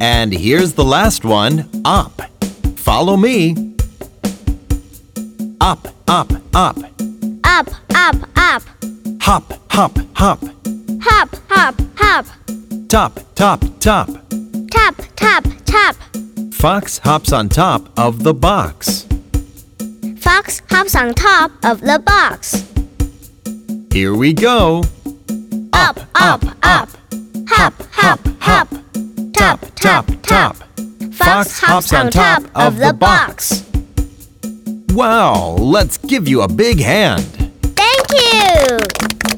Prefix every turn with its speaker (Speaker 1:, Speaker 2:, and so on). Speaker 1: And here's the last one up. Follow me. Up, up, up.
Speaker 2: Up, up, up.
Speaker 1: Hop, hop, hop.
Speaker 2: Hop, hop, hop.
Speaker 1: Top, top, top.
Speaker 2: Tap, tap, tap.
Speaker 1: Fox hops on top of the box.
Speaker 2: Fox hops on top of the box.
Speaker 1: Here we go.
Speaker 2: Up, up, up. Hop, hop, hop. Tap, tap, tap. Fox hops on top of the box.
Speaker 1: Wow, let's give you a big hand.
Speaker 2: Thank you.